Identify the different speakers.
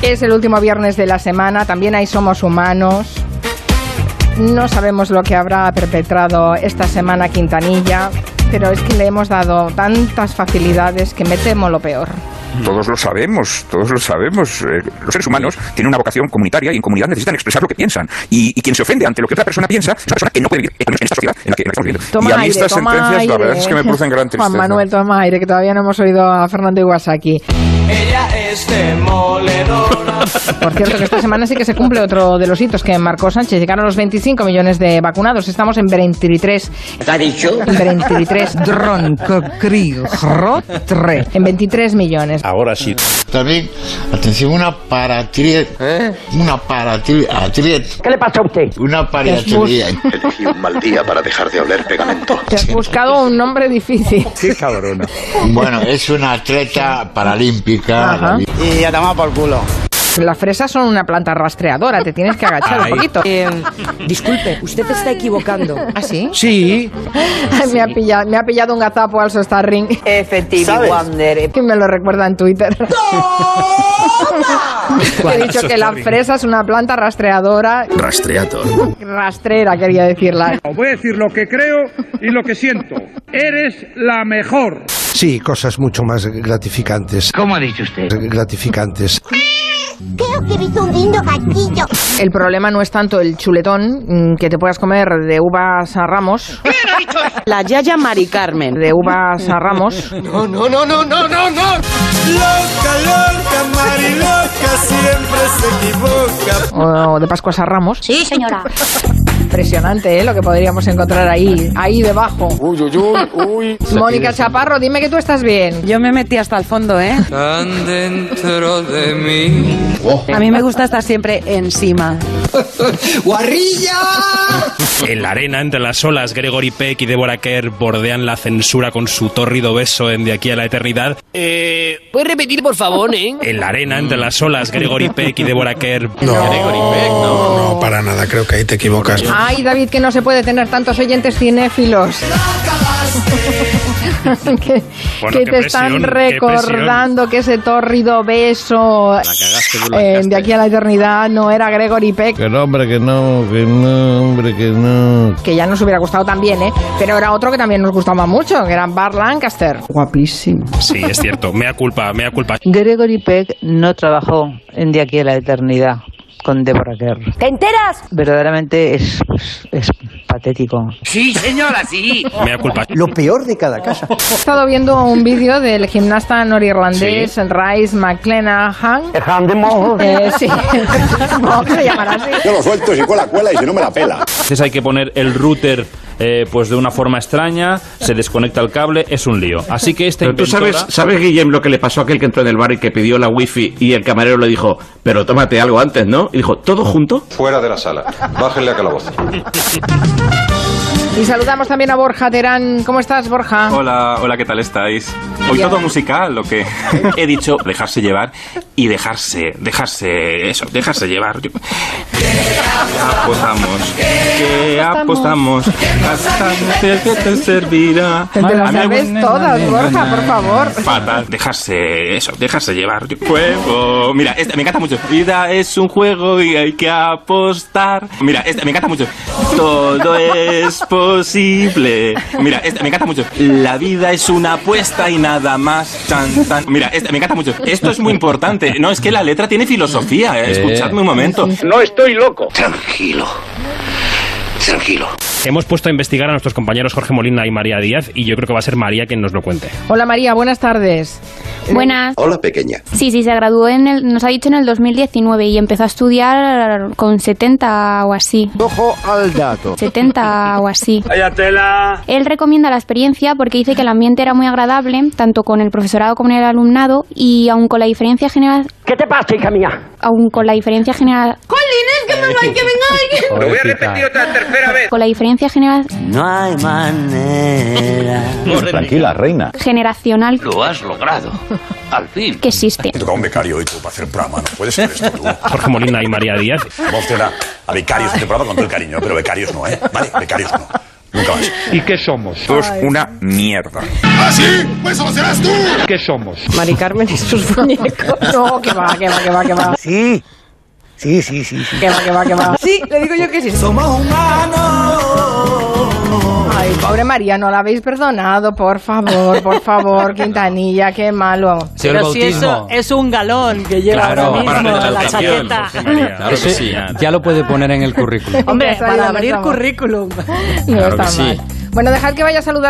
Speaker 1: Es el último viernes de la semana, también ahí somos humanos. No sabemos lo que habrá perpetrado esta semana Quintanilla, pero es que le hemos dado tantas facilidades que me temo lo peor.
Speaker 2: Todos lo sabemos, todos lo sabemos. Eh, Los seres humanos tienen una vocación comunitaria y en comunidad necesitan expresar lo que piensan. Y, y quien se ofende ante lo que otra persona piensa es una persona que no puede vivir, al menos en esta sociedad en la que, en la que estamos viviendo.
Speaker 1: Toma
Speaker 2: y a mí
Speaker 1: aire,
Speaker 2: estas
Speaker 1: toma
Speaker 2: sentencias, la verdad
Speaker 1: aire.
Speaker 2: es que me producen gran tristeza.
Speaker 1: Juan Manuel, toma aire, que todavía no hemos oído a Fernando Iwasaki.
Speaker 3: Ella es demoledora.
Speaker 1: Por cierto, que esta semana sí que se cumple otro de los hitos que marcó Sánchez. Llegaron los 25 millones de vacunados. Estamos en 23.
Speaker 4: ¿Te ha dicho?
Speaker 1: 23 dron, co- cri, jro, tre. En 23 millones.
Speaker 5: Ahora sí.
Speaker 6: También, atención, una paratriet. Una paratriet.
Speaker 4: ¿Eh? ¿Qué le pasa a usted?
Speaker 6: Una
Speaker 1: paratriet.
Speaker 6: paratriet.
Speaker 7: Elegí un mal día para dejar de oler pegamento.
Speaker 1: Te has buscado un nombre difícil.
Speaker 5: Qué cabrona.
Speaker 6: Bueno, es una atleta paralímpica.
Speaker 1: Ajá.
Speaker 3: Y ya te vamos por culo.
Speaker 1: Las fresas son una planta rastreadora. Te tienes que agachar un
Speaker 5: Ay.
Speaker 1: poquito.
Speaker 4: disculpe, usted está equivocando.
Speaker 1: ¿Ah, sí?
Speaker 5: Sí,
Speaker 1: Ay, me, ha pillado, me ha pillado un gazapo al Sostarring.
Speaker 4: Efectivamente, Wander. eh.
Speaker 1: Que me lo recuerda en Twitter. He dicho que la fresa es una planta rastreadora.
Speaker 7: Rastreator.
Speaker 1: Rastrera, quería decirla. eh.
Speaker 8: Voy a decir lo que creo y lo que siento. Eres la mejor.
Speaker 9: Sí, cosas mucho más gratificantes.
Speaker 3: ¿Cómo ha dicho usted?
Speaker 9: Gratificantes.
Speaker 10: Creo que he visto un lindo gatillo.
Speaker 1: El problema no es tanto el chuletón mm, que te puedas comer de uvas a ramos,
Speaker 4: La Yaya Mari Carmen.
Speaker 1: de uvas a ramos,
Speaker 3: No, no, no, no, no, no, no.
Speaker 8: Loca, loca, mariloca, siempre se equivoca.
Speaker 1: o de pascuas a ramos.
Speaker 10: Sí, señora.
Speaker 1: Impresionante, ¿eh? Lo que podríamos encontrar ahí, ahí debajo. Uy, uy, uy. Mónica Chaparro, dime que tú estás bien.
Speaker 4: Yo me metí hasta el fondo, ¿eh?
Speaker 3: Tan dentro de mí.
Speaker 4: A mí me gusta estar siempre encima.
Speaker 5: en la arena, entre las olas, Gregory Peck y Deborah Kerr bordean la censura con su tórrido beso en De aquí a la eternidad.
Speaker 9: Eh,
Speaker 4: ¿Puedes repetir, por favor, eh?
Speaker 5: En la arena,
Speaker 9: mm.
Speaker 5: entre las olas, Gregory Peck y Deborah Kerr.
Speaker 9: No, no, para nada, creo que ahí te equivocas.
Speaker 1: Ay, David, que no se puede tener tantos oyentes cinéfilos. que,
Speaker 5: Bueno,
Speaker 1: que
Speaker 5: qué
Speaker 1: te están
Speaker 5: presión, qué presión.
Speaker 1: recordando que ese tórrido beso eh, de aquí a la eternidad no era Gregory Peck.
Speaker 9: Que no, hombre, que no, que no, hombre, que no.
Speaker 1: que ya nos hubiera gustado también, ¿eh? Pero era otro que también nos gustaba mucho, que era Bar Lancaster.
Speaker 4: Guapísimo.
Speaker 5: Sí, es cierto. Mea culpa, mea culpa.
Speaker 4: Gregory Peck no trabajó en De aquí a la eternidad con Deborah Kerr.
Speaker 10: ¿Te enteras?
Speaker 4: Verdaderamente es, pues, es patético.
Speaker 3: Sí, señora, sí.
Speaker 5: Mea culpa.
Speaker 3: Lo peor de cada casa.
Speaker 1: He estado viendo un vídeo del gimnasta norirlandés Rice McClenahan. Eh, sí. Vamos a llamar así.
Speaker 7: Yo lo suelto si cuela, cuela y si no me la pela.
Speaker 5: Entonces hay que poner el router pues de una forma extraña, se desconecta el cable, es un lío. Así que este
Speaker 8: Pero tú sabes, sabes, Guillem, lo que le pasó a aquel que entró en el bar y que pidió la wifi y el camarero le dijo, pero tómate algo antes, ¿no? Y dijo, ¿todo junto?
Speaker 7: Fuera de la sala. Bájenle a calabozo.
Speaker 1: Y saludamos también a Borja Terán. ¿Cómo estás, Borja?
Speaker 5: Hola, hola, ¿qué tal estáis? Hoy
Speaker 1: Bien.
Speaker 5: todo musical, lo que he dicho, dejarse llevar y dejarse, dejarse, eso, dejarse llevar. Yo- Apostamos, que apostamos, hasta que te servirá.
Speaker 1: Te las
Speaker 5: A mí
Speaker 1: sabes
Speaker 5: alguna-
Speaker 1: todas, Borja, por favor.
Speaker 5: Fatal, dejarse, eso, dejarse llevar. Yo- Juego, mira, este, me encanta mucho. Vida es un juego y hay que apostar. Mira, este, me encanta mucho. Todo es posible. Mira, este, me encanta mucho. La vida es una apuesta y nada más. Tan, tan. Mira, este, me encanta mucho. Esto es muy importante. No, es que la letra tiene filosofía. eh. Escuchadme un momento.
Speaker 8: No estoy loco.
Speaker 7: Tranquilo. Tranquilo.
Speaker 5: Hemos puesto a investigar a nuestros compañeros Jorge Molina y María Díaz y yo creo que va a ser María quien nos lo cuente.
Speaker 1: Hola, María, buenas tardes.
Speaker 10: Buenas.
Speaker 7: Hola, pequeña.
Speaker 10: Sí, sí, se graduó en el, nos ha dicho en el 2019 y empezó a estudiar con 70 o así.
Speaker 6: Ojo al dato.
Speaker 10: 70 o así.
Speaker 8: Váyatela.
Speaker 10: Él recomienda la experiencia porque dice que el ambiente era muy agradable, tanto con el profesorado como con el alumnado, y aun con la diferencia general,
Speaker 4: ¿Qué te pasa, hija mía?
Speaker 10: aun con la diferencia general,
Speaker 8: Lo voy a repetir otra tercera vez.
Speaker 10: con la diferencia general
Speaker 4: No hay manera.
Speaker 6: Tranquila, reina.
Speaker 10: generacional
Speaker 3: Lo has logrado. Al fin.
Speaker 10: que existe.
Speaker 7: Te toca un becario hoy tú para hacer el programa. No puedes ser esto tú.
Speaker 5: Jorge Molina y María Díaz.
Speaker 7: Vamos a hacer a, a becarios este programa con todo el cariño, pero becarios no, ¿eh? Vale, becarios no. Nunca
Speaker 11: vas.
Speaker 2: ¿Y qué somos? Todos una mierda.
Speaker 11: ¿Ah, sí? Pues eso serás tú.
Speaker 2: ¿Qué somos?
Speaker 12: Mari Carmen y sus muñecos.
Speaker 1: No, que va, que va, que va, que va.
Speaker 12: Sí. Sí, sí, sí. sí.
Speaker 1: Que va, que va, que va. Sí, le digo yo que sí. Somos humanos. Ay, pobre María, no la habéis perdonado, por favor, por favor, Quintanilla, qué malo.
Speaker 5: Señor
Speaker 4: Pero si eso
Speaker 5: Bautismo.
Speaker 4: es un galón que lleva
Speaker 5: Claro,
Speaker 4: ahora
Speaker 5: para
Speaker 4: mismo
Speaker 5: la
Speaker 4: la,
Speaker 5: educación,
Speaker 4: chaqueta.
Speaker 5: José María. Claro que
Speaker 4: Ese-
Speaker 5: sí, ya lo puede poner en el currículum.
Speaker 4: Hombre,
Speaker 1: Eso ya
Speaker 4: para
Speaker 1: lo
Speaker 4: abrir
Speaker 1: estamos.
Speaker 4: currículum.
Speaker 1: No
Speaker 5: Claro
Speaker 1: está
Speaker 5: que sí.
Speaker 1: mal. Bueno, dejad que vaya a saludar